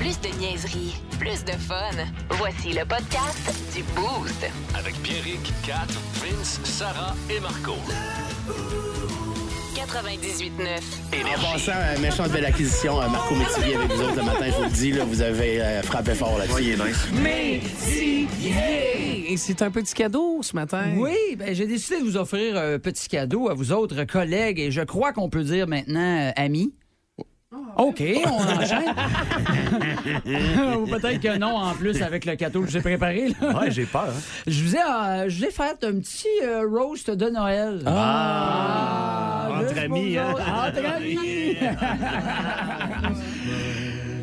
Plus de niaiserie, plus de fun. Voici le podcast du Boost. Avec Pierrick, Kat, Vince, Sarah et Marco. 98.9. Énergie. En passant, euh, méchante belle acquisition, euh, Marco Métivier avec vous autres le matin, je vous le dis, là, vous avez euh, frappé fort là-dessus. Et c'est un petit cadeau ce matin. Oui, ben, j'ai décidé de vous offrir un petit cadeau à vous autres collègues et je crois qu'on peut dire maintenant euh, amis. Ah, OK, on enchaîne. Ou peut-être que non, en plus, avec le cadeau que j'ai préparé. là. Ouais, j'ai peur. hein. Je vous ai, euh, je vous ai fait un petit euh, roast de Noël. Ah! Entre là, je amis, vous hein? autres, Entre amis!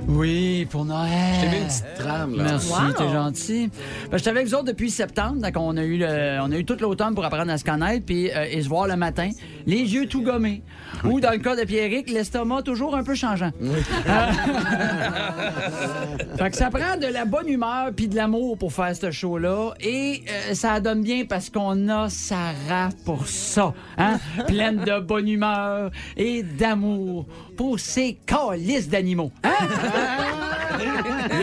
Oui, pour Noël. J'ai mis une petite trame, là. Merci, t'es gentil. Ben, J'étais avec vous autres depuis septembre, donc on a eu le, on a eu tout l'automne pour apprendre à se connaître puis, euh, et se voir le matin. Les yeux tout gommés. Ou dans le cas de Pierrick, l'estomac toujours un peu changeant. Euh, Fait que ça prend de la bonne humeur puis de l'amour pour faire ce show-là. Et euh, ça donne bien parce qu'on a Sarah pour ça. Hein? Pleine de bonne humeur et d'amour pour ces calices d'animaux. Hein? Y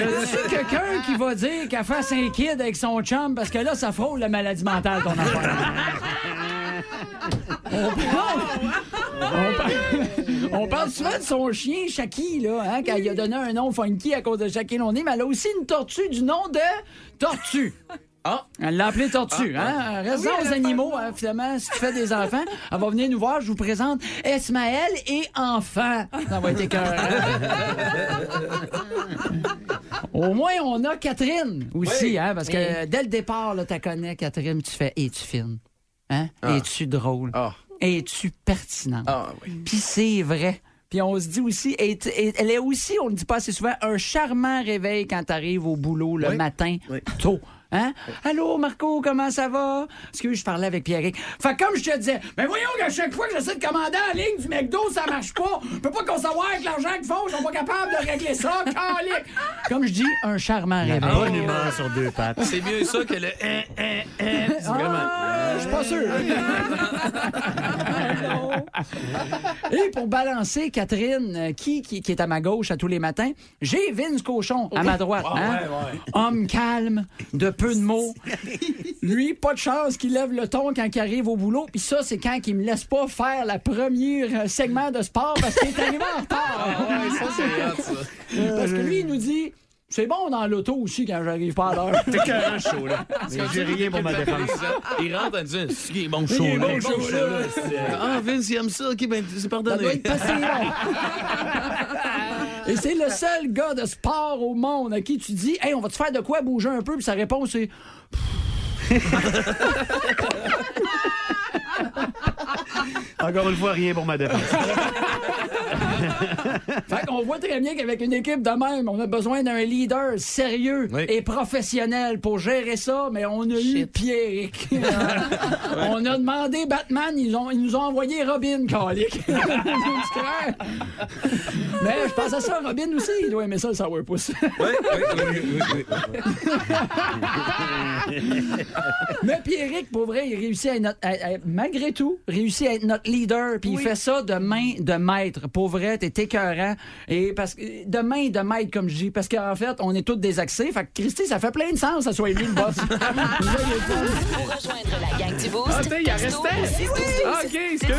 a-tu Hein? quelqu'un qui va dire qu'elle fasse un kid avec son chum parce que là, ça frôle la maladie mentale, ton affaire? On parle, on parle- on parle souvent de son chien Shaki, là, hein, quand il a donné un nom funky à cause de Shaki Loné, mais elle a aussi une tortue du nom de Tortue. Elle l'a appelée Tortue, hein? Reste aux animaux, hein, finalement, si tu fais des enfants. Elle va venir nous voir, je vous présente Esmaël et enfant. Ça va être écœurant. Au moins, on a Catherine aussi, hein, parce que euh, dès le départ, là, t'as connais Catherine, tu fais « Es-tu fine? Hein? Es-tu drôle? Ah, Es-tu pertinente? ah oui. Puis c'est vrai. Puis on se dit aussi, et- et- elle est aussi, on ne dit pas assez souvent, un charmant réveil quand tu arrives au boulot le matin tôt. Hein? Allô, Marco, comment ça va? Excuse, je parlais avec Pierrick. Fait que comme je te disais, mais voyons qu'à chaque fois que j'essaie de commander en ligne du McDo, ça marche pas. Je peux pas concevoir que l'argent qu'ils font, ils sont pas capables de régler ça, calique. Comme je dis, un charmant réveil. Bonne humeur sur deux pattes. C'est mieux ça que le hein, hein, hein. C'est vraiment. Ah, Je suis pas sûr. Et pour balancer Catherine, euh, qui, qui, qui est à ma gauche à tous les matins, j'ai Vince Cochon à ma droite. hein? Homme calme, de peu de mots. Lui, pas de chance qu'il lève le ton quand il arrive au boulot. Puis ça, c'est quand il me laisse pas faire le premier euh, segment de sport parce qu'il est arrivé en retard. Ah ouais, ça, c'est hot, ça. Parce que lui, il nous dit... C'est bon dans l'auto aussi quand j'arrive pas à l'heure. T'es carrément chaud, là. Mais j'ai rien pour ma défense. Il rentre en disant C'est qui est bon show. là. bon chaud, là. c'est- euh, Ah, Vince, il aime ça. Ok, ben, c'est Ça doit pardonné. être passionnant. Et c'est le seul gars de sport au monde à qui tu dis Hey, on va te faire de quoi bouger un peu Puis sa réponse est Encore une fois, rien pour ma défense. Fait qu'on voit très bien qu'avec une équipe de même, on a besoin d'un leader sérieux Oui. et professionnel pour gérer ça, mais on a eu Pierrick. on a demandé Batman, ils, ont, ils nous ont envoyé Robin, calique. C'est clair. mais je pense à ça, Robin aussi, il doit aimer ça, le sourpuss. Oui, oui, oui, oui, oui. Mais Pierrick, pour vrai, il réussit à, être notre- à- à- malgré tout, réussit à être notre leader, puis il fait ça de main de maître. Pour vrai, t'es écœurant. Et parce que, de main de maître, comme je dis. Parce qu'en fait, on est tous désaxés. Fait que, Christy, ça fait plein de sens, ça soit lui le boss. Pour rejoindre la gang du Boost, Attends, Ah, ben, il en texto restait? 612 Ah, ok, excuse.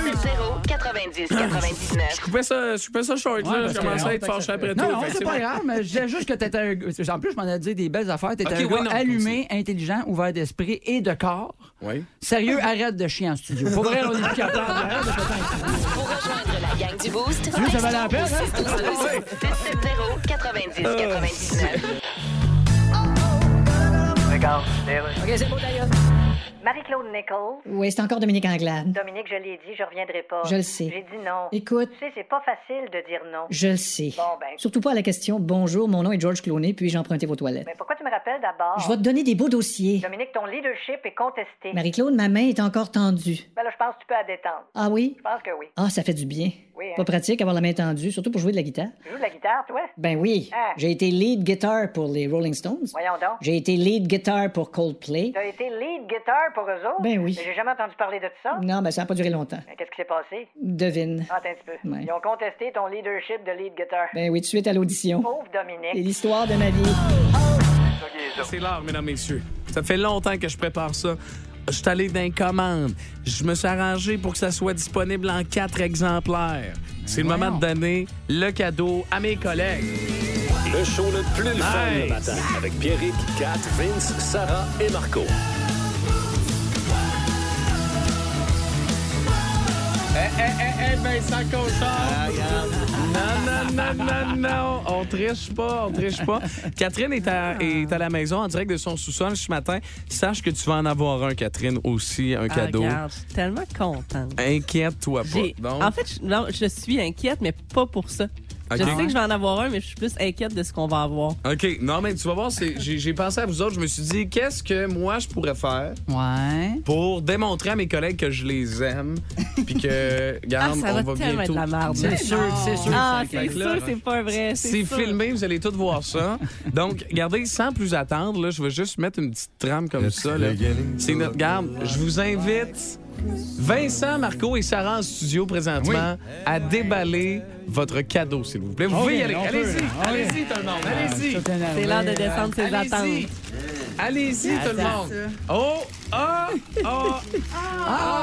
670 90 99. Je coupais ça, je coupais ça short, Ouais, là. parce Je que commençais non, à être fâché après tout. non, non, c'est effectivement. pas grave, mais je disais juste que t'étais un gars- En plus, je m'en ai dit des belles affaires. T'étais Ok, un oui, gars non, allumé, intelligent, ouvert d'esprit et de corps. Oui. Sérieux, arrête de chier en studio. Pour vrai, on est plus capable. Arrête de péter un câble. Pour rejoindre la gang du Boost, Ah, veux, ça valait la peine, hein? 670 90 99. Marie-Claude Nichols. Oui, c'est encore Dominique Anglade. Dominique, je l'ai dit, je reviendrai pas. Je le sais. J'ai dit non. Écoute, Tu sais, c'est pas facile de dire non. je le sais. Bon, ben. Surtout pas à la question Bonjour, mon nom est George Clooney, puis j'ai emprunté vos toilettes. Mais pourquoi tu me rappelles d'abord? Je vais te donner des beaux dossiers. Dominique, ton leadership est contesté. Marie-Claude, ma main est encore tendue. Ben là, je pense que tu peux la détendre. Ah oui? Je pense que oui. Ah, ça fait du bien. Oui, Pas hein. pratique avoir la main tendue, surtout pour jouer de la guitare. Tu joues de la guitare, toi? Ben oui, Ah. j'ai été lead guitar pour les Rolling Stones. Voyons donc. J'ai été lead guitar pour Coldplay. T'as été lead guitar pour eux autres? Ben oui. Mais J'ai jamais entendu parler de ça. Non, ben ça n'a pas duré longtemps. Mais Qu'est-ce qui s'est passé? Devine. Attends un petit peu. Ouais. Ils ont contesté ton leadership de lead guitar. Ben oui, tout de suite à l'audition. Pauvre C'est Dominique. l'histoire de ma vie. C'est l'art, mesdames, messieurs. Ça fait longtemps que je prépare ça. Je suis allé dans les commandes. Je me suis arrangé pour que ça soit disponible en quatre exemplaires. C'est le moment de donner le cadeau à mes collègues. Le show le plus le fun le Nice. matin avec Pierrick, Kat, Vince, Sarah et Marco. Eh, Ah, Non, non, non, non, non. On triche pas, on triche pas. Catherine est à, est à la maison en direct de son sous-sol ce matin. Sache que tu vas en avoir un, Catherine, aussi, Ah, un cadeau. Ah, regarde, je suis tellement contente. Inquiète-toi J'ai- pas. Donc, En fait, je, non, je suis inquiète, mais pas pour ça. Je Ok. sais que je vais en avoir un, mais je suis plus inquiète de ce qu'on va avoir. OK. Non, mais tu vas voir, c'est- j'ai j'ai pensé à vous autres. Je me suis dit, qu'est-ce que moi, je pourrais faire Ouais. pour démontrer à mes collègues que je les aime, puis que, Ah, regarde, ça on va, tellement va bientôt... être de la merde. C'est sûr, c'est sûr. Ah, Fait c'est que là, sûr, c'est pas vrai. C'est sûr. filmé, vous allez tous voir ça. Donc, regardez, sans plus attendre, là, je vais juste mettre une petite trame comme ça. Là. C'est notre garde. Je vous invite, Vincent, Marco et Sarah en studio présentement, à déballer votre cadeau, s'il vous plaît. Vous pouvez y oui, aller. on Allez-y, peut. Ah oui. allez-y, tout le monde. Ah, Allez-y. C'est l'heure de descendre ses Allez-y. attentes. Allez-y, tout le monde. Oh, ah, ah,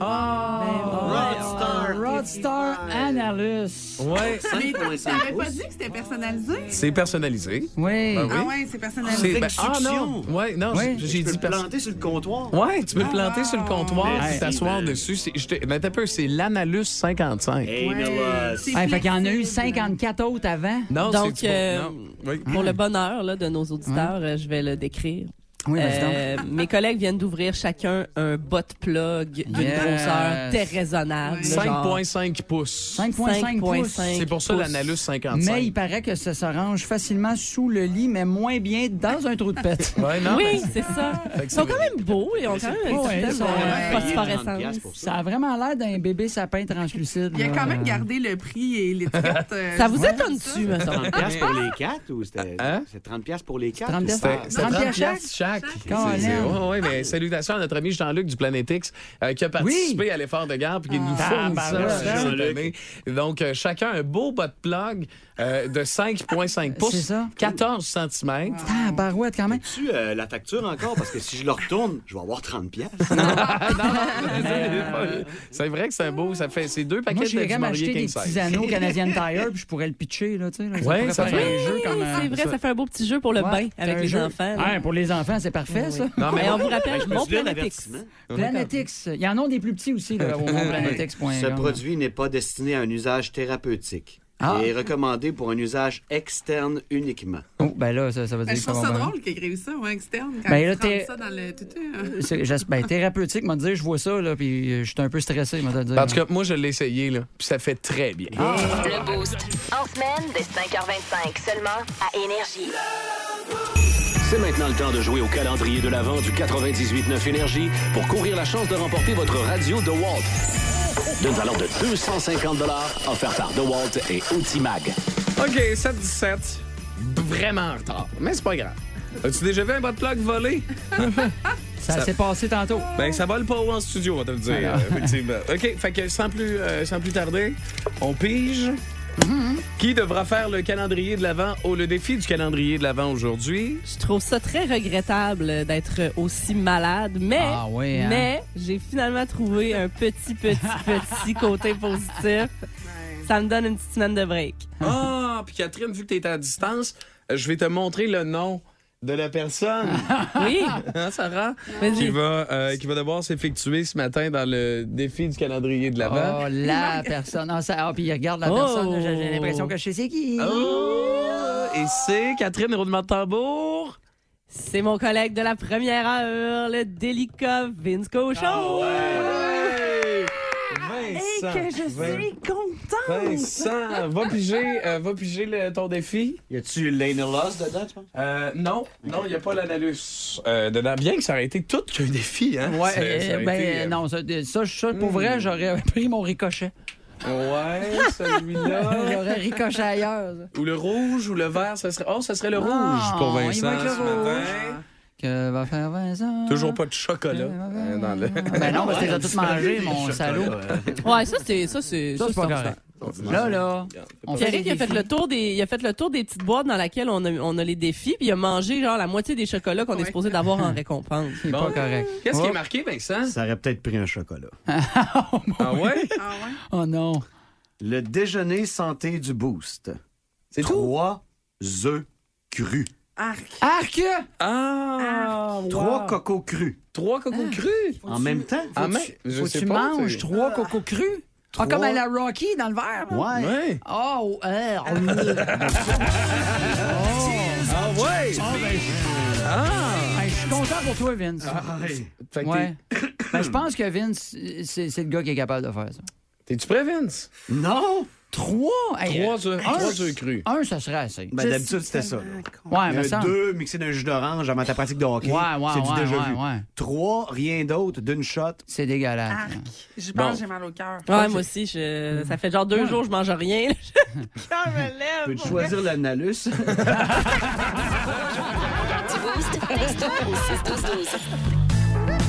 ah. Rodstar Analyst. Ouais, J'avais pas dit que c'était personnalisé. c'est personnalisé. Oui. Ben oui. Ah ouais, c'est personnalisé. C'est ben, ah non, succion. ouais, non, Ouais. j'ai- j'ai J'ai dit dû personne. planter sur le comptoir. Ouais, tu peux te planter sur le comptoir Merci, et t'asseoir dessus. C'est- je te- Mais t'as peu, c'est l'analyse 55. Ouais, c'est Hey, Ah, fait qu'il y en a eu flexible. 54 autres avant. Non, Donc, c'est- euh, non. Oui. Pour le bonheur là, de nos auditeurs, euh, je vais le décrire. Oui, vas-y donc. Euh, mes collègues viennent d'ouvrir chacun un bot plug d'une Yes. grosseur très raisonnable. Ouais. genre 5.5 pouces. 5.5 pouces. 5.5. C'est pour ça pouces. l'analyse 55. Mais il paraît que ça s'arrange facilement sous le lit, mais moins bien dans un trou de pète. Ouais, non, oui, c'est ça. Fait que Ils c'est sont vrai. quand même beaux. Ils ont quand même Ouais, une ils sont certaine vraiment- euh, phosphorescence. Ça a vraiment l'air d'un bébé sapin translucide. Il a là. quand même gardé le prix et l'étiquette. euh, Ça vous ouais, étonne-tu, me semble? Ah, 30 piastres pour les quatre ou c'était Hein? c'est 30 piastres pour les quatre? 30 ou piastres. c'était- C'était- c'était 30 30 chaque. piastres chaque. Colin. C'est- c'est- ouais, ouais, mais salutations à notre ami Jean-Luc du Planet X euh, qui a participé à l'effort de garde puis qui nous fournit ça Ah, tabarouette. hein? cette Jean-Luc. année. Donc, euh, chacun un beau bas de plug euh, de 5,5 C'est pouces, ça. 14 cm. Ah, barouette quand même. Tu euh, la facture encore parce que si je le retourne, je vais avoir 30 piastres. C'est vrai que c'est un beau. Ça fait, c'est deux paquets Moi, de j'irais du m'acheter marié des 15 petits anneaux Canadian Tire, puis je pourrais le pitcher, là, tu sais. là. Ouais, pourrait ça faire fait- un jeu comme un- C'est vrai, ça fait un beau petit jeu pour le Ouais, bain c'est avec un les jeu. enfants. là. Ah, pour les enfants, c'est parfait, ça. Non, mais Et on vous rappelle, Je me mon souviens de Planet X. l'avertissement. Planetix. Il y en a des plus petits aussi, là, au planetix.com. Ce produit n'est pas destiné à un usage thérapeutique. Ah. Il est recommandé pour un usage externe uniquement. Oh, ben là, ça, ça veut Ben, dire je que ça trouve va ça bien. drôle qu'ils écrivent ça, ouais, externe, quand Ben, ils là, rentrent t'es- ça dans le tutu. C'est- j'as- ben, thérapeutique, m'a dit, je vois ça, là, puis euh, je suis un peu stressé, m'a dit. en tout cas, moi, je l'ai essayé, là. Puis ça fait très bien. Ah. Le Boost. En semaine, dès 5h25 seulement à Énergie. C'est maintenant le temps de jouer au calendrier de l'Avent du 98.9 Énergie pour courir la chance de remporter votre radio DeWalt. D'une valeur de 250 offerte par DeWalt et Ultimag. Ah, OK, 7-17. Vraiment en retard. Mais c'est pas grave. As-tu déjà vu un bas de plug voler? ça ça- s'est passé tantôt. Ben, ça vole pas haut en studio, on va te le dire, euh, effectivement. OK, fait que sans plus, euh, sans plus tarder, on pige. Mm-hmm. Qui devra faire le calendrier de l'Avent ou le défi du calendrier de l'Avent aujourd'hui? Je trouve ça très regrettable d'être aussi malade, mais, Ah ouais, hein? mais j'ai finalement trouvé un petit, petit, petit côté positif. Ça me donne une petite semaine de break. Ah, puis Catherine, vu que t'es à distance, euh, je vais te montrer le nom de la personne, Ah, Oui, hein, Sarah, qui vas-y. va, euh, qui va devoir s'effectuer ce matin dans le défi du calendrier de l'Avent. Oh, la personne. Ah, ça, ah, puis il regarde la Oh. personne, là, j'ai j'ai l'impression que je sais c'est qui. Ah. Oh, Et c'est Catherine Roulement de tambour. C'est mon collègue de la première Ah Ah heure, le délicat Vince Cochon. Hey! Vincent Vincent. que je suis contente. Vincent, va piger, euh, va piger le- ton défi. Y a-tu l'analyse dedans, tu penses? Euh, non, non, il n'y a pas l'analus euh, dedans. Bien que ça aurait été tout qu'un défi, hein? Ouais, Ça- ça euh, aurait ben été, euh, Hmm. non, ça, ça, je- ça, pour vrai, j'aurais pris mon ricochet. euh, Ouais, celui-là. j'aurais ricochet ailleurs. ça. Ou le rouge ou le vert, ça serait. Oh, ça serait le rouge pour Ah, il Vincent va avec le ce rouge. Ah. matin. Que va faire Vincent? Toujours pas de chocolat. euh, dans le... Ben Ah, non, parce que t'as tout mangé, mon salaud. Ouais, ça, c'est. Ça, c'est Ça, c'est pas correct. Là, là, on fait Pierrick, il des a fait défis. le tour des, il a fait le tour des petites boîtes dans lesquelles on a, on a les défis, puis il a mangé genre la moitié des chocolats qu'on est supposé d'avoir en récompense. C'est Bon. pas correct. Qu'est-ce Oh. qui est marqué, Vincent? Ça aurait peut-être pris un chocolat. Ah ouais? Oh non. Le déjeuner santé du boost. C'est Trois œufs crus. Arc. Arc! Oh, Ah! wow. Trois cocos crus. Trois cocos crus? En même temps. Ah, mais Faut-tu- je faut sais Ah. tu pas, manges c'est- trois cocos crus? Ah, Trois. comme à la Rocky dans le verre. là. Ouais. Ouais. Oh, euh, oh. Ah ouais! Ah! ben, Hey, je suis content pour toi, Vince. Fait que Ouais. Ben, je pense que Vince, c'est c'est le gars qui est capable de faire ça. t'es- T'es-tu prêt, Vince? Non! Trois? Hey, Trois œufs un- trois œufs crus. Un, ça serait assez. Ben, d'habitude, c'était ça. là. Ouais, mais Euh, ça. deux mixés d'un jus d'orange avant ta pratique de hockey. Ouais, ouais, c'est du ouais, déjà ouais, vu. ouais. Trois, rien d'autre, d'une shot. C'est dégueulasse. Je pense Bon. que j'ai mal au cœur. Ouais, moi aussi, je- ça fait genre deux jours que je mange rien. Quand me lève. Peux-tu choisir l'analus? Du boost, texto au 61212.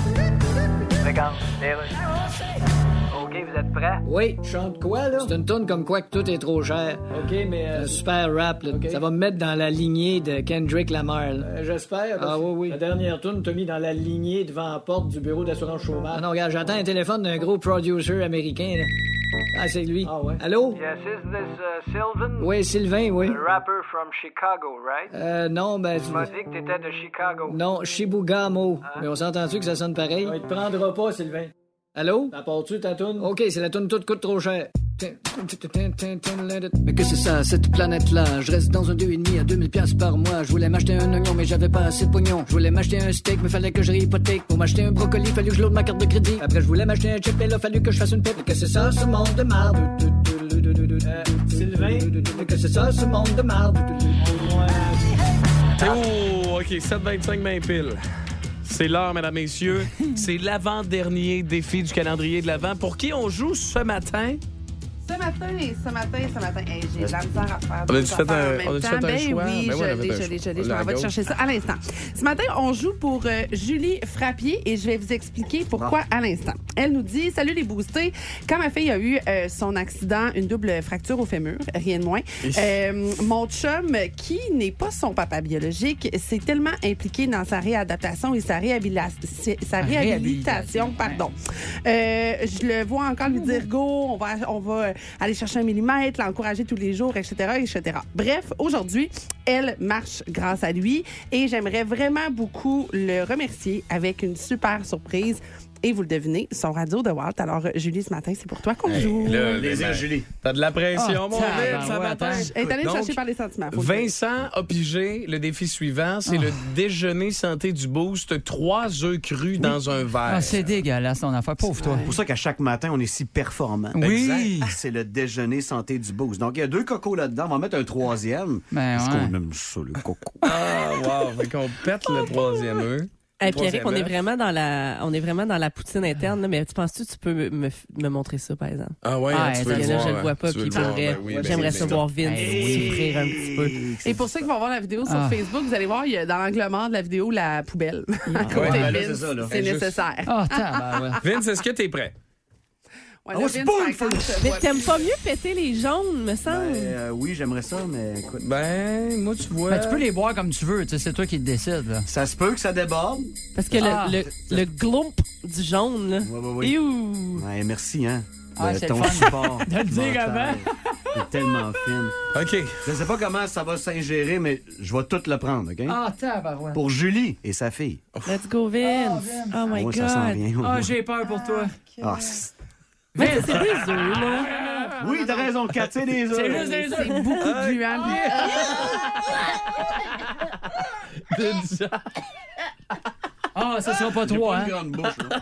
OK, vous êtes prêts? Oui, chante quoi, là? C'est une tourne comme quoi que tout est trop cher. OK, mais... Un super rap, là. Ça va me mettre dans la lignée de Kendrick Lamar, là. J'espère. parce que La dernière tourne t'a mis dans la lignée devant la porte du bureau d'assurance chômage. Ah non, regarde, j'entends un téléphone d'un gros producer américain, là. Ah, c'est lui. Allô? Yes, is this uh, Sylvan? Oui, Sylvain, oui. The rapper from Chicago, right? Euh, non, ben... Tu m'as dit que t'étais de Chicago. Hein? Non, Shibugamo. Mais on s'entend-tu que ça sonne pareil? Il te prendra pas, Sylvain. Allô? Apportes-tu ta toune? OK, c'est la toune toute coûte trop cher. Mais que c'est ça, cette planète-là? Je reste dans un deux et demi à 2000 pièces par mois. Je voulais m'acheter un oignon, mais j'avais pas assez de pognon. Je voulais m'acheter un steak, mais fallait que je réhypothèque. Pour m'acheter un brocoli, fallu que je load ma carte de crédit. Après, je voulais m'acheter un chip, mais là, fallu que je fasse une pipe. Mais que c'est ça, ce monde de marde? Sylvain? Mais que c'est ça, ce monde de marde? T'es où? Oh, OK, 725 main pile. C'est l'heure, mesdames, messieurs. C'est l'avant-dernier défi du calendrier de l'avant. Pour qui on joue ce matin? Ce matin, ce matin, ce matin, hey, j'ai de la misère à faire. On a-tu deux fait affaires un- en même on a-tu temps. fait un ben choix? Oui, Ben oui, on a je fait l'ai, un je l'ai, je l'ai. Je choix. m'en vais te La chercher ça à l'instant. Ce matin, on joue pour euh, Julie Frappier et je vais vous expliquer pourquoi Ah. à l'instant. Elle nous dit Salut les boostés. Quand ma fille a eu euh, son accident, une double fracture au fémur, rien de moins, euh, mon chum, qui n'est pas son papa biologique, s'est tellement impliqué dans sa réadaptation et sa, réhabila- sa réhabilitation. Pardon. Euh, je le vois encore lui dire go, on va, on va aller chercher un millimètre, l'encourager tous les jours, etc., etc. Bref, aujourd'hui, elle marche grâce à lui et j'aimerais vraiment beaucoup le remercier avec une super surprise. Et vous le devinez, son radio de Walt. Alors, Julie, ce matin, c'est pour toi qu'on joue. Plaisir, Julie. T'as de la pression, Ah, mon tabarouette, hein. Vince, ça matin. attends. Elle est allée le Donc, chercher par les sentiments. faut le dire. Vincent a pigé le défi suivant. C'est Ah. le déjeuner santé du boost. Trois œufs crus dans un verre. Ah, c'est dégueulasse, ton affaire. Pauvre toi. C'est pour ça qu'à chaque matin, on est si performant. Oui. Exact. C'est le déjeuner santé du boost. Donc, il y a deux cocos là-dedans. On va en mettre un troisième. Ben Est-ce ouais. qu'on aime ça, le coco? Ah, wow. Fait qu'on pète le troisième œuf. Oh, Hey, Pierrick, on est Troisième œuf. vraiment dans la, on est vraiment dans la poutine interne, là, mais tu penses-tu que tu peux me, me f- me montrer ça, par exemple? Ah ouais, Ah, Parce tu veux que le là, voir, je le vois hein. pas, Tu veux puis le voir, j'aimerais, ben oui, ben j'aimerais oui, ça mais- voir Vince Hey. souffrir un petit peu. Et pour ceux qui vont voir la vidéo sur Ah. Facebook, vous allez voir, il y a dans l'angle mort de la vidéo la poubelle. À côté Ouais, de ben là, Vince, c'est ça, là. c'est Et juste- nécessaire. Ah, tabarouette. Vince, est-ce que t'es prêt? Ouais, Oh, là, c'est Vince, pas par une exemple, fausse- se Mais voit t'aimes pas mieux péter les jaunes, me Ben, semble? euh, oui, j'aimerais ça, mais écoute. Ben, moi, tu vois. Ben, tu peux les boire comme tu veux, tu sais, c'est toi qui le décides. là. Ça se peut que ça déborde. Parce que le- Ah. le, le, glomp du jaune, là. Ouais, ouais, ouais. Iouh! Ouais, merci, hein. Ah, de c'est le ton fun. support. De le dire mental. avant. C'est tellement fine. OK. Je sais pas comment ça va s'ingérer, mais je vais tout le prendre, OK? Ah, tabarouette. Pour Julie et sa fille. Let's go, Vince! Oh, my Moi, God! ça sent bien. Ah, j'ai peur pour toi. Ah, c'est- Vince, c'est des œufs, là. Ah, oui, t'as raison, Kat, c'est des Ah, C'est œufs. juste des œufs. beaucoup de gluants. Ah, ça sera pas J'ai trois, pas hein. une grande bouche, là.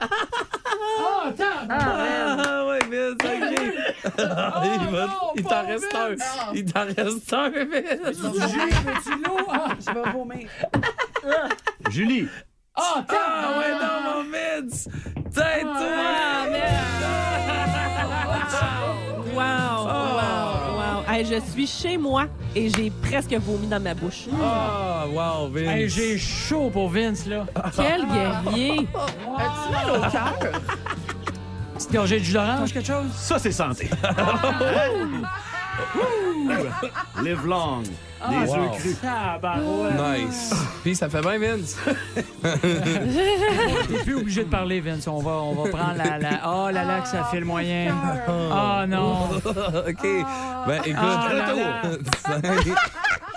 Ah, tabarouette. Ah, ouais, Vince, OK. il va- il t'en reste un. Il t'en reste un, mais. Ah, Je vais vomir. Julie. Ah, ah ouais, non, mon mids! T'es toi! Wow, wow, wow. Hey, je suis chez moi et j'ai presque vomi dans ma bouche. Ah, wow, Vince. Hey, j'ai chaud pour Vince, là. Ah. Quel guerrier. As-tu mal au cœur? Petite gorgée de jus d'orange, quelque chose? Ça, c'est santé. Live long. Ah, Les œufs crus. Tabarouette. Nice. Puis ça fait bien, Vince. T'es plus obligé de parler, Vince. On va, on va prendre la, la... Oh là là, que ça fait le moyen. Oh non. Ah, OK. Ben, écoute. Ah, là, là.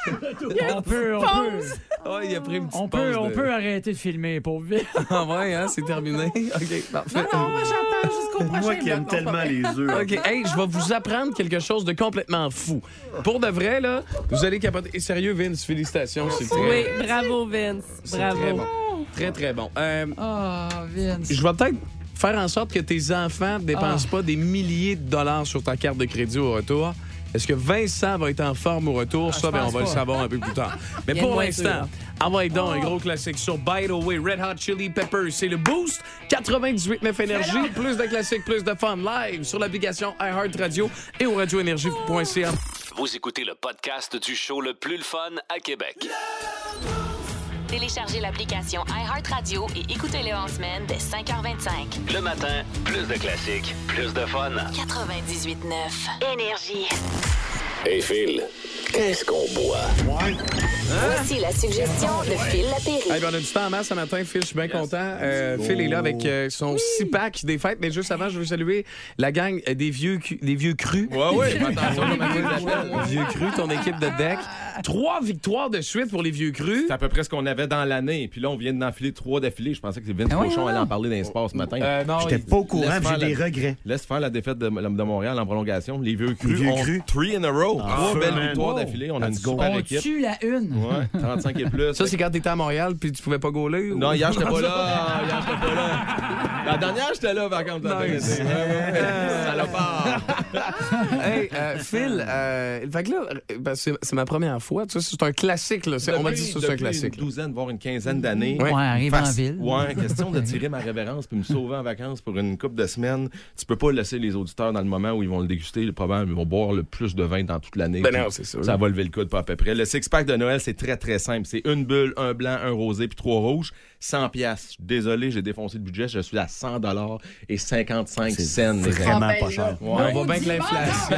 On peut, on peut. Ouais, il a pris une petite On peut, pause on de- peut arrêter de filmer, pauvre Vince. Ah ouais, hein, c'est terminé. OK, parfait. Non, moi, j'attends jusqu'au prochain. Moi qui aime bloc, non, pas tellement vrai. les œufs. OK, hey, je vais vous apprendre quelque chose de complètement fou. Pour de vrai, là, vous allez capoter. Et sérieux, Vince, félicitations. C'est très, Oui, bravo, Vince. c'est très Bravo. bon. Très, très bon. Euh, Oh, Vince. je vais peut-être faire en sorte que tes enfants ne dépensent pas des milliers de dollars sur ta carte de crédit au retour. Est-ce que Vincent va être en forme au retour? je Ça, ben, on pense va le pas. savoir un peu plus tard. Mais Il y a pour une voiture. l'instant, envoyez donc un gros classique sur By the Way, Red Hot Chili Peppers. C'est le Boost 98 9 Énergie. Plus de classiques, plus de fun live sur l'application iHeartRadio et au radioénergie.ca. Vous écoutez le podcast du show le plus le fun à Québec. Téléchargez l'application iHeartRadio et écoutez-le en semaine dès 5h25. Le matin, plus de classiques, plus de fun. 98.9 Énergie. Et Phil, qu'est-ce qu'on boit? Voici la suggestion de Phil Lapéry. Hey, ben, on a du temps en masse ce matin, Phil. Je suis bien content. Euh, Phil est là avec euh, son six pack des fêtes. Mais juste avant, je veux saluer la gang euh, des vieux, cu- des vieux crus. Ouais, ouais. Attention, comment ils l'appellent. vieux crus, ton équipe de deck. Trois victoires de suite pour les vieux crus. C'est à peu près ce qu'on avait dans l'année. Puis là, on vient d'enfiler trois d'affilée. Je pensais que c'est Vince Ah oui, Cochon non, allait non. en parler dans les sports ce matin. Euh, non, J'étais il- pas au courant, Laisse mais faire j'ai des la- regrets. Laisse faire la défaite de, de Montréal en prolongation. Les vieux crus Les vieux ont crus. three in a row. Ah, trois feu, belles man. victoires Wow. d'affilée. On a une Let's go. super On équipe. tue la une. Ouais, 35 et plus. Ça, c'est quand t'étais à Montréal puis tu pouvais pas gauler. ou- Non, hier, j'étais pas là. Hier, j'étais pas là. La dernière, j'étais là, par contre. la Nice. Euh, vérité. Ouais, ouais, ouais. Salopard. Hey, euh, Phil, euh, fait que là, euh, ben, c'est c'est ma première fois. Tu sais, c'est un classique. Là. C'est- On m'a dit Depuis- ça, c'est un Ben depuis classique. Une douzaine, voire une quinzaine d'années. Ouais, arrive Face- en ville. Ouais, question de tirer ma révérence puis me sauver en vacances pour une couple de semaines. Tu peux pas laisser les auditeurs dans le moment où ils vont le déguster. Le problème, ils vont boire le plus de vin dans toute l'année. Ben non, c'est sûr. Ça va lever le coude pas à peu près. Le six-pack de Noël, c'est très, très simple. C'est une bulle, un blanc, un rosé puis trois rouges. 100 piastres. Désolé, j'ai défoncé le budget. Je suis à 100 dollars et 55 cents. mes amis. Vraiment Ah, ben pas là. cher. Ouais. On voit bien que l'inflation.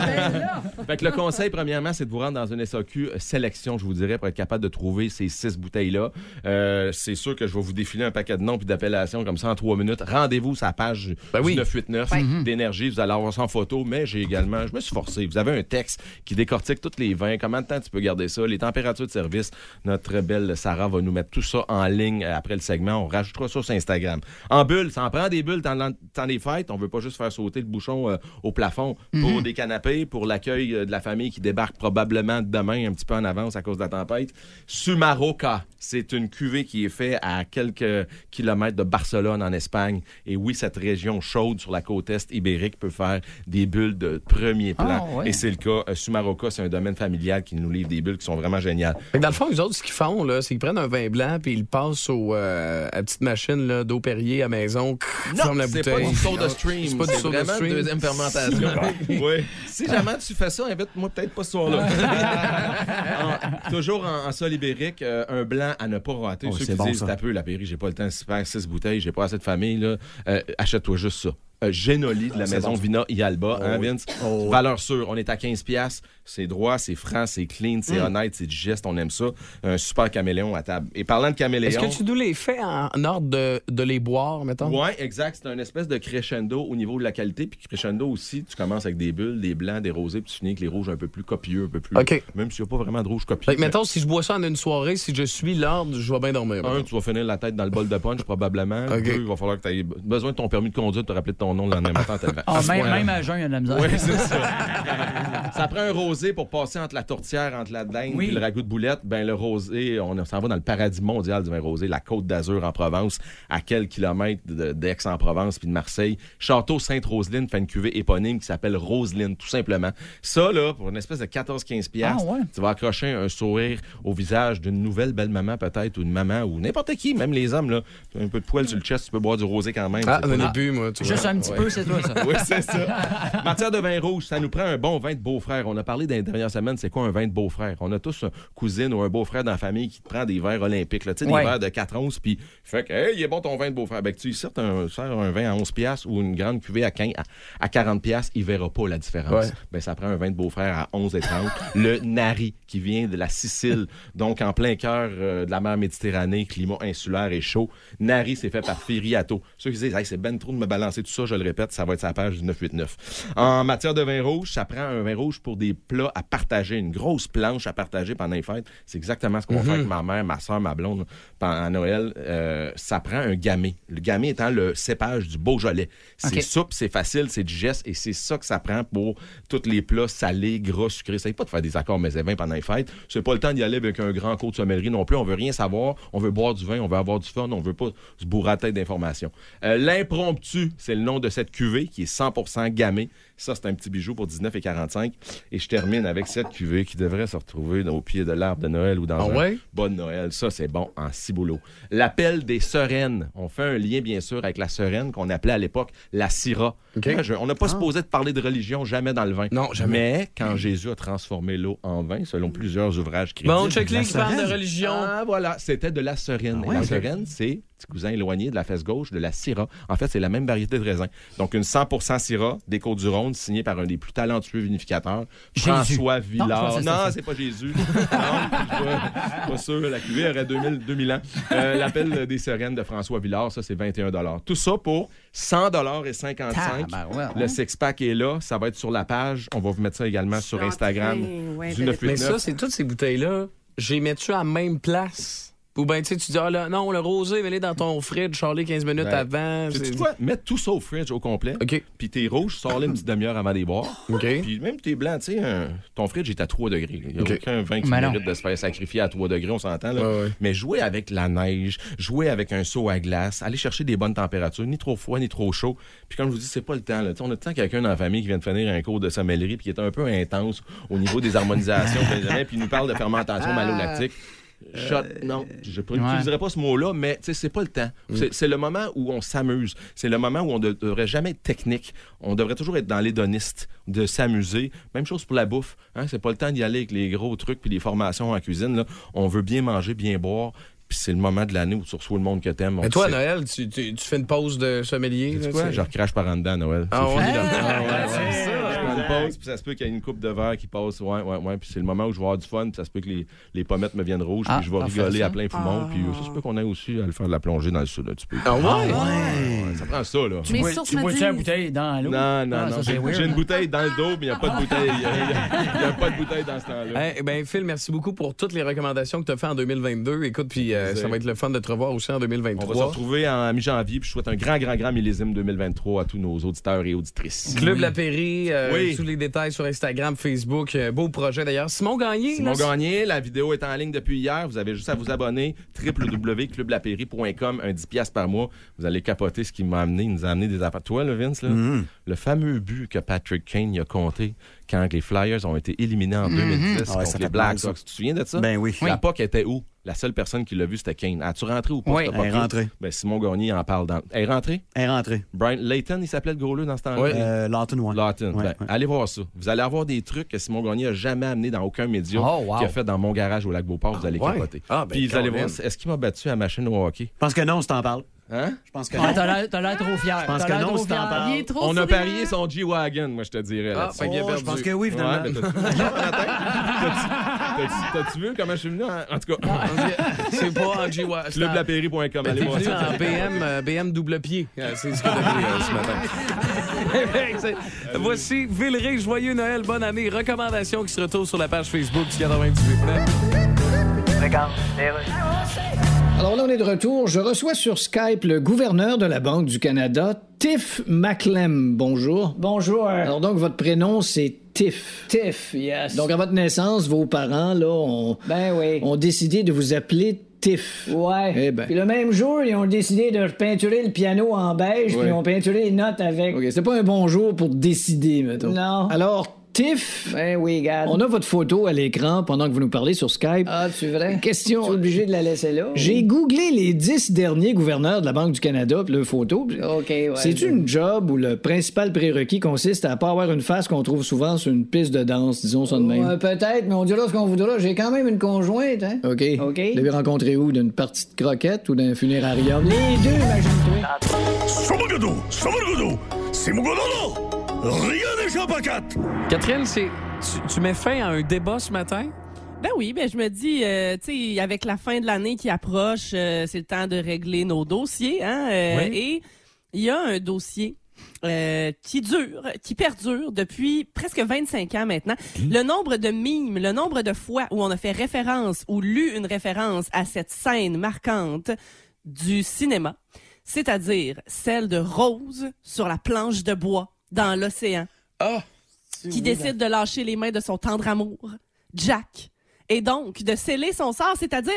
Fait que le conseil, premièrement, c'est de vous rendre dans une SAQ euh, sélection, je vous dirais, pour être capable de trouver ces six bouteilles-là. Euh, c'est sûr que je vais vous défiler un paquet de noms puis d'appellations comme ça en trois minutes. Rendez-vous sur la page Ben oui. du 989 d'énergie. Vous allez avoir ça en photo, mais j'ai également, je me suis forcé, vous avez un texte qui décortique tous les vins, comment de temps tu peux garder ça, les températures de service. Notre belle Sarah va nous mettre tout ça en ligne euh, après le segment. On rajoutera ça sur Instagram. En bulle, ça en prend des bulles dans le temps des fêtes. On veut pas juste faire sauter le bouchon euh, au plafond pour Mhm. des canapés, pour l'accueil euh, de la famille qui débarque probablement demain un petit peu en avance à cause de la tempête. Sumaroca, c'est une cuvée qui est faite à quelques kilomètres de Barcelone en Espagne. Et oui, cette région chaude sur la côte est ibérique peut faire des bulles de premier plan. Ah, ouais. Et c'est le cas. Euh, Sumaroca, c'est un domaine familial qui nous livre des bulles qui sont vraiment géniales. Fait que dans le fond, les autres, ce qu'ils font, là, c'est qu'ils prennent un vin blanc puis ils le passent au, euh, à la petite machine là, d'eau Perrier à maison, crrr, ferment la c'est pas bouteille. Ah, du soda stream. C'est pas du soda vraiment stream. une deuxième fermentation. oui. Si jamais tu fais ça, invite-moi peut-être pas ce soir-là. En- toujours en, en sol ibérique, euh, un blanc à ne pas rater. Oh, Ceux c'est qui bon, disent, ça. t'as peu, la Péri, j'ai pas le temps de se faire six bouteilles, j'ai pas assez de famille, là. Euh, achète-toi juste ça. Euh, Genoli Ah, de la maison Vina Ialba, Oh, hein, Vince? Valeur sûre, on est à 15$. piastres. C'est droit, c'est franc, c'est clean, c'est Mm. honnête, c'est du geste, on aime ça. Un super caméléon à table. Et parlant de caméléon. Est-ce que tu nous les fais en, en ordre de, de les boire, mettons? Oui, exact. C'est un espèce de crescendo au niveau de la qualité. Puis crescendo aussi, tu commences avec des bulles, des blancs, des rosés, puis tu finis avec les rouges un peu plus copieux, un peu plus. OK. Même s'il n'y a pas vraiment de rouge copieux. Fait que, mettons, si je bois ça en une soirée, si je suis l'ordre, je vais bien dormir. Un, tu vas finir la tête dans le bol de punch, probablement. OK. Deux, il va falloir que tu aies besoin de ton permis de conduire, de te rappeler de ton nom le lendemain matin en te levant. Ah, À ce même, point-là. même à jeun, il y a de la misère. Oui, c'est ça. Ça prend un rosé pour passer entre la tourtière, entre la dinde Oui. puis le ragoût de boulette. Ben le rosé, on s'en va dans le paradis mondial du vin rosé, la Côte d'Azur en Provence, à quelques kilomètres de- d'Aix-en-Provence puis de Marseille. Château Sainte-Roseline fait une cuvée éponyme qui s'appelle Roseline, tout simplement. Ça, là, pour une espèce de 14-15 piastres, Ah ouais. tu vas accrocher un sourire au visage d'une nouvelle belle-maman peut-être, ou une maman, ou n'importe qui, même les hommes, là. Tu as un peu de poil sur le chest, tu peux boire du rosé quand même. Ah, C'est pas- j'en ai bu, moi, tu Juste vois. un petit Ouais. peu, c'est toi, ça. Oui, c'est ça. Matière de vin rouge, ça nous prend un bon vin de beau-frère. On a parlé dans les dernières semaines, c'est quoi un vin de beau-frère? On a tous une cousine ou un beau-frère dans la famille qui te prend des verres olympiques, là, tu sais, Ouais. des verres de 4 onces, puis fait que, hey, il est bon ton vin de beau-frère. Ben, que tu lui sers un, sers un vin à 11 piastres ou une grande cuvée à, 15, à, à 40 piastres, il verra pas la différence. Ouais. Ben, ça prend un vin de beau-frère à 11 et 30. le Nari, qui vient de la Sicile, donc en plein cœur euh, de la mer Méditerranée, climat insulaire et chaud. Nari, c'est fait par Firiato. Ceux qui disent, Hey, c'est ben trop de me balancer tout ça, je le répète, ça va être sa page du 989. En matière de vin rouge, ça prend un vin rouge pour des plats à partager, une grosse planche à partager pendant les fêtes. C'est exactement ce qu'on fait avec ma mère, ma soeur, ma blonde pendant Noël. Euh, ça prend un gamay. Le gamay étant le cépage du Beaujolais. C'est Ok. souple, c'est facile, c'est digeste et c'est ça que ça prend pour tous les plats salés, gras, sucrés. Ça pas de faire des accords mais vins pendant les fêtes. C'est pas le temps d'y aller avec un grand coup de sommellerie non plus. On veut rien savoir. On veut boire du vin, on veut avoir du fun, on veut pas se bourrer la tête d'informations. Euh, L'impromptu, c'est le nom de cette cuvée qui est 100% gamay. Ça, c'est un petit bijou pour 19,45. Et je termine avec cette cuvée qui devrait se retrouver au pied de l'arbre de Noël ou dans Ah un ouais? Bonne Noël, ça c'est bon en ciboulot. L'appel des sereines. On fait un lien bien sûr avec la sereine qu'on appelait à l'époque la syrah. Moi, je- on n'a pas supposé de parler de religion jamais dans le vin. Ah. Non, jamais. Mais quand Jésus a transformé l'eau en vin, selon plusieurs ouvrages chrétiens. Bon, check qui parle de sereine. religion. Ah, voilà, c'était de la sereine. Et Ah ouais, la ok. sereine, c'est petit cousin éloigné de la fesse gauche de la syrah. En fait, c'est la même variété de raisin. Donc, une 100% syrah des Côtes-du-Rhône, signée par un des plus talentueux vinificateurs, Jésus. François Non, Villard. je pensais que Non, c'était c'est pas Jésus. non, je suis pas, pas sûr. La cuvée aurait 2000, 2000 ans. Euh, L'appel des sereines de François Villard, ça, c'est 21 Tout ça pour 100 et 55 Tabarouette, Le six-pack est là. Ça va être sur la page. On va vous mettre ça également sur Instagram du 989. Mais ça, c'est toutes ces bouteilles-là, j'ai mets-tu à la même place? Ou bien, tu sais, tu dis, ah là, non, le rosé, mets-le dans ton fridge, charler 15 minutes Ouais. avant. Sais-tu c'est- quoi? Mets tout ça au fridge au complet. Puis tes rouges, sors-les une petite demi-heure avant de les boire. Puis même tes blancs, tu sais, un- ton fridge est à 3 degrés. Il n'y a OK. aucun vin qui Mais non. mérite de se faire sacrifier à 3 degrés, on s'entend. là. Mais jouer avec la neige, jouer avec un seau à glace, aller chercher des bonnes températures, ni trop froid, ni trop chaud. Puis comme je vous dis, c'est pas le temps. Là. Tu sais, On a tout le temps quelqu'un dans la famille qui vient de finir un cours de sommellerie puis qui est un peu intense au niveau des harmonisations, Benjamin, puis il nous parle de fermentation malolactique. Shot, non, je n'utiliserai pas ce mot-là, mais tu sais, c'est pas le temps. C'est- C'est le moment où on s'amuse. C'est le moment où on ne devrait jamais être technique. On devrait toujours être dans l'hédoniste, de s'amuser. Même chose pour la bouffe. Hein? C'est pas le temps d'y aller avec les gros trucs puis les formations en cuisine. là. On veut bien manger, bien boire. Puis c'est le moment de l'année où tu reçois le monde que t'aimes. Mais toi, à Noël, tu, tu- tu fais une pause de sommelier. là, quoi? tu sais. Je recrache par en dedans à Noël. Ah C'est ouais? fini, là. Ah ouais, Ah ouais, c'est ouais. ça. Je prends une pause, puis ça se peut qu'il y ait une coupe de verre qui passe. Ouais, ouais, ouais. Puis c'est le moment où je vais avoir du fun, puis ça se peut que les, les pommettes me viennent rouges, Ah, puis je vais on fait rigoler ça. à plein poumon. Puis euh, ça se peut qu'on aille aussi à le faire de la plongée dans le sud un petit peu. Ah ouais? Ouais, Ça prend ça, là. Tu bois- tu bois-tu la bouteille dans l'eau? Non, non, Ah, non. ça, c'est J'ai weird. j'ai une bouteille dans le dos, mais il n'y a pas de bouteille. Il n'y a, pas de bouteille dans ce temps-là. Eh ben, Phil, merci beaucoup pour toutes les recommandations que tu as fait en 2022. Écoute, puis euh, ça va être le fun de te revoir aussi en On va se 2023. retrouver en mi-janvier, puis je souhaite un grand, grand, grand millésime 2023 à tous nos auditeurs et auditrices. Club La Pairie, euh, Oui. tous les détails sur Instagram, Facebook. euh, beau projet d'ailleurs. Simon Gagné. Simon là, c'est- Gagné, la vidéo est en ligne depuis hier. Vous avez juste à vous abonner. www.clublapéry.com, un 10$ piastres par mois. Vous allez capoter ce qui m'a amené. Il nous a amené des affaires. Toi, le Vince, là, Mhm. le fameux but que Patrick Kane y a compté quand les Flyers ont été éliminés en Mhm. Ah 2010 ouais, contre ça les fait mal, Black ça. Sox. Tu te souviens de ça? Ben oui. La Oui. POC était où? La seule personne qui l'a vu, c'était Kane. As-tu rentré ou pas? Oui. T'as pas Elle est cru? rentrée. Ben, Simon Gagné en parle dans. Elle est rentrée? Elle est rentrée. Brian Layton, il s'appelait le gros-là dans ce temps-là? Oui. Euh, Lawton, ouais. Lawton. Ouais, Ben, ouais. Allez voir ça. Vous allez avoir des trucs que Simon Gagné n'a jamais amené dans aucun média Oh, wow. qu'il a fait dans mon garage au lac Beauport. Vous allez ouais. capoter. Ah, ben, Puis vous allez voir, Caroline. est-ce qu'il m'a battu à ma chaîne au hockey? Je pense que non, je t'en parle. Hein? Je pense que Ah, non. T'as l'air- t'as l'air trop fier. Je pense T'as que l'air non, trop si t'en fier. parles. Il est trop On a souriant. parié son G-Wagon, moi, je te dirais. Ah, là-dessus. fait qu'il a Oh, perdu. je pense que oui, finalement. Ouais, ben, t'as- T'as-tu- T'as-tu vu comment je suis venu? En en tout cas, C'est pas en G. clublapéry.com. Allez voir venu ça. en BM, euh, BM double pied. Euh, C'est ce que t'as pris euh, ce Ah matin. C'est- Voici Villeray, joyeux Noël, bonne année. Recommandations qui se retrouvent sur la page Facebook du 98. Regarde, Alors là, on est de retour. Je reçois sur Skype le gouverneur de la Banque du Canada, Tiff Maclem. Bonjour. Bonjour. Alors donc, votre prénom, c'est Tiff. Tiff, yes. Donc, à votre naissance, vos parents, là, ont, Ben ont décidé de vous appeler Tiff. Ouais. Eh ben. Puis le même jour, ils ont décidé de peinturer le piano en beige, Ouais. puis ils ont peinturé les notes avec. OK, c'est pas un bon jour pour décider, mettons. Non. Alors, Tiff. Ben oui, garde. On a votre photo à l'écran pendant que vous nous parlez sur Skype. Ah, tu vrai? Question. Tu es obligé de la laisser là? J'ai googlé les dix derniers gouverneurs de la Banque du Canada, puis le photo. puis- OK, ouais. C'est une job où le principal prérequis consiste à pas avoir une face qu'on trouve souvent sur une piste de danse, disons ça de même. Ouais, peut-être, mais on dira ce qu'on voudra. J'ai quand même une conjointe, hein? OK. OK. Vous l'avez rencontré où? D'une partie de croquette ou d'un funérarium? Les deux, imagine-toi. Rien n'échappe à quatre! Catherine, c'est, tu, tu mets fin à un débat ce matin? Ben oui, ben je me dis, euh, tu sais, avec la fin de l'année qui approche, euh, c'est le temps de régler nos dossiers, hein. euh, Oui. Et il y a un dossier. euh, qui dure, qui perdure depuis presque 25 ans maintenant. Le nombre de mimes, le nombre de fois où on a fait référence ou lu une référence à cette scène marquante du cinéma, c'est-à-dire celle de Rose sur la planche de bois dans l'océan qui décide de lâcher les mains de son tendre amour, Jack, et donc de sceller son sort, c'est-à-dire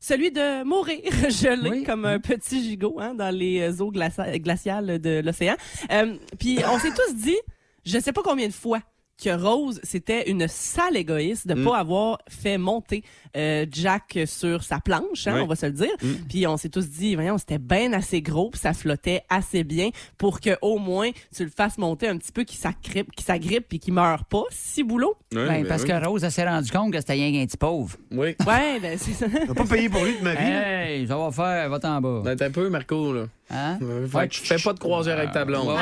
celui de mourir gelé comme un petit gigot hein, dans les eaux glacia- glaciales de l'océan. Euh, Puis on s'est tous dit, je sais pas combien de fois que Rose, c'était une sale égoïste de Mm. pas avoir fait monter euh, Jack sur sa planche, hein, Ouais. on va se le dire. Mm. Puis on s'est tous dit, voyons, c'était bien assez gros, puis ça flottait assez bien pour que au moins tu le fasses monter un petit peu, qu'il s'agrippe, qu'il s'agrippe puis qu'il meure pas, si boulot. ben parce oui. que Rose, elle s'est rendue compte que c'était rien qu'un petit pauvre. Oui. Ouais, ben c'est ça. T'as pas payé pour lui de ma vie, là. Hey, ça va faire, va t'en Ben- bas. T'es un peu, Marco, là. Hein? Fait que tu fais pas de croisière avec ta blonde.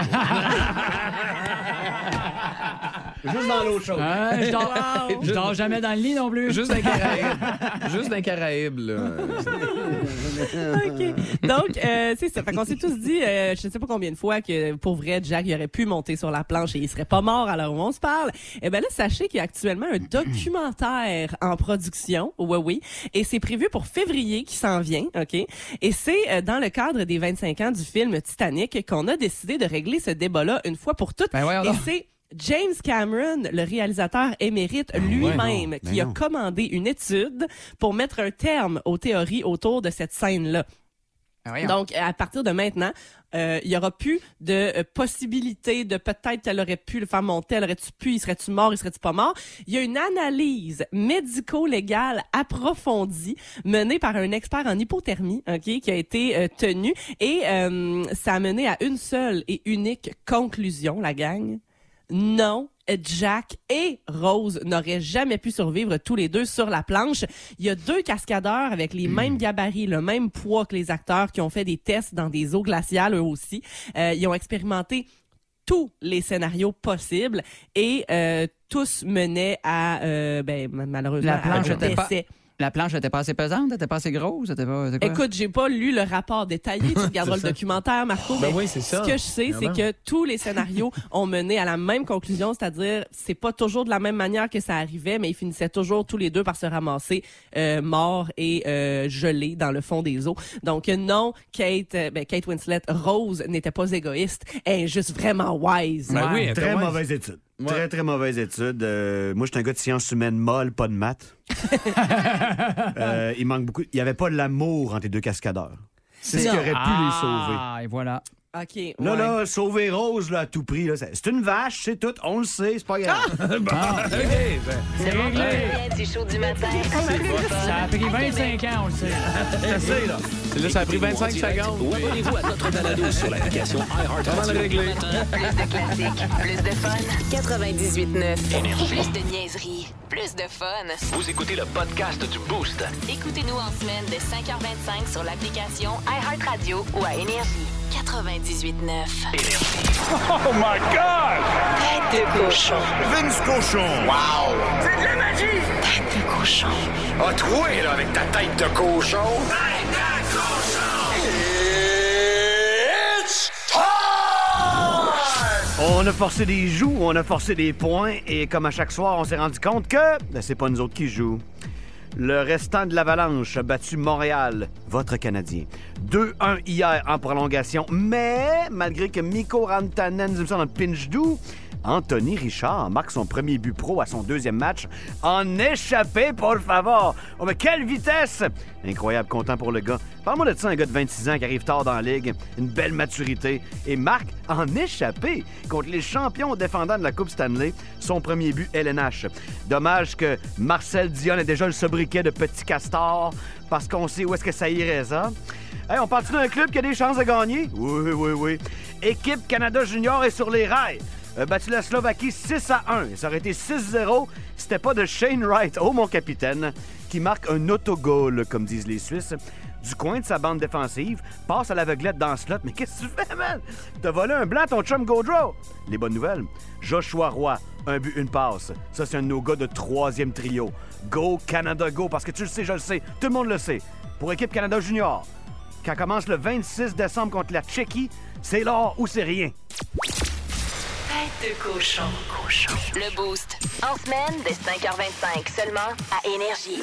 Juste dans l'autre chose. Hein, je dors, je dors jamais dans le lit non plus. Juste dans les Caraïbes. Juste dans les Caraïbes, là. OK. Donc, euh, c'est ça. Fait qu'on s'est tous dit, euh, je ne sais pas combien de fois, que pour vrai, Jack, il aurait pu monter sur la planche et il serait pas mort à l'heure où on se parle. Eh bien là, sachez qu'il y a actuellement un documentaire en production, oui, oui, et c'est prévu pour février qui s'en vient, OK? Et c'est euh, dans le cadre des 25 ans du film Titanic qu'on a décidé de régler ce débat-là une fois pour toutes. et c'est... James Cameron, le réalisateur émérite lui-même, non, ben qui a non. commandé une étude pour mettre un terme aux théories autour de cette scène-là. Donc, à partir de maintenant, euh, il y aura plus de euh, possibilité de peut-être qu'elle aurait pu le faire monter, elle aurait-tu pu, il serait-tu mort, il serait-tu pas mort. Il y a une analyse médico-légale approfondie menée par un expert en hypothermie, ok, qui a été euh, tenue et euh, ça a mené à une seule et unique conclusion, la gang. Non, Jack et Rose n'auraient jamais pu survivre tous les deux sur la planche. Il y a deux cascadeurs avec Hmm. les mêmes gabarits, le même poids que les acteurs qui ont fait des tests dans des eaux glaciales eux aussi. Euh, ils ont expérimenté tous les scénarios possibles et euh, tous menaient à euh, ben, ma- malheureusement La planche à un était pas. décès. La planche était pas assez pesante, était pas assez grosse, était pas. c'était quoi? Écoute, j'ai pas lu le rapport détaillé. Tu regarderas C'est le ça. documentaire, Marco. Ben mais oui, c'est ça. Ce que je sais, c'est Vraiment. que tous les scénarios ont mené à la même conclusion, c'est-à-dire c'est pas toujours de la même manière que ça arrivait, mais ils finissaient toujours tous les deux par se ramasser euh, morts et euh, gelés dans le fond des eaux. Donc euh, non, Kate, euh, ben, Kate Winslet, Rose n'était pas égoïste, elle est juste vraiment wise. Ben oui, elle était très wise. mauvaise étude. Très, très mauvaise étude. Euh, moi, je suis un gars de sciences humaines molle, pas de maths. Euh, il manque beaucoup. Il n'y avait pas de l'amour entre les deux cascadeurs. C'est ce qui aurait pu les sauver. Ah, et voilà. OK. Là, ouais. là, sauver Rose là, à tout prix. là, c'est c'est une vache, c'est tout. On le sait, c'est pas grave. C'est réglé. Du show du matin. Ça a pris 25 ans, on le sait. J'essaie, là. C'est là, ça a pris 25 secondes. Ou abonnez-vous à notre balado sur l'application Comment le régler? Plus de classiques, plus de fun. 98.9. Plus de niaiserie, plus de fun. Vous écoutez le podcast du Boost. Écoutez-nous en semaine de 5h25 sur l'application iHeartRadio ou à Énergie. 98.9. Oh my God! Tête de cochon. Vince cochon. Wow! C'est de la magie! Tête de cochon. A troué, là, avec ta tête de cochon. Tête de cochon! It's On a forcé des joues, on a forcé des points, et comme à chaque soir, on s'est rendu compte que ben, c'est pas nous autres qui jouons. Le restant de l'Avalanche a battu Montréal, votre Canadien. 2-1 hier en prolongation, mais malgré que Mikko Rantanen nous dans le pinch doux, Anthony Richard marque son premier but pro à son deuxième match en échappé, por favor. Oh, mais quelle vitesse! Incroyable, content pour le gars. Parle-moi de ça, un gars de 26 ans qui arrive tard dans la ligue, une belle maturité, et marque en échappé contre les champions défendants de la Coupe Stanley, son premier but LNH. Dommage que Marcel Dion ait déjà le sobriquet de petit castor, parce qu'on sait où est-ce que ça irait, ça. Hey, on partit d'un club qui a des chances de gagner? Oui, oui, oui. Équipe Canada Junior est sur les rails. A battu la Slovaquie 6 à 1. Ça aurait été 6-0. C'était pas de Shane Wright, oh mon capitaine, qui marque un autogol, comme disent les Suisses, du coin de sa bande défensive, passe à l'aveuglette dans le slot. Mais qu'est-ce que tu fais, man? T'as volé un blanc, ton chum Gaudreau! Les bonnes nouvelles, Joshua Roy, un but, une passe. Ça, c'est un de nos gars de troisième trio. Go Canada, go! Parce que tu le sais, je le sais, tout le monde le sait. Pour équipe Canada Junior, quand commence le 26 décembre contre la Tchéquie, c'est l'or ou c'est rien. Tête de cochon. Le Boost. En semaine, dès 5h25, seulement à Énergie.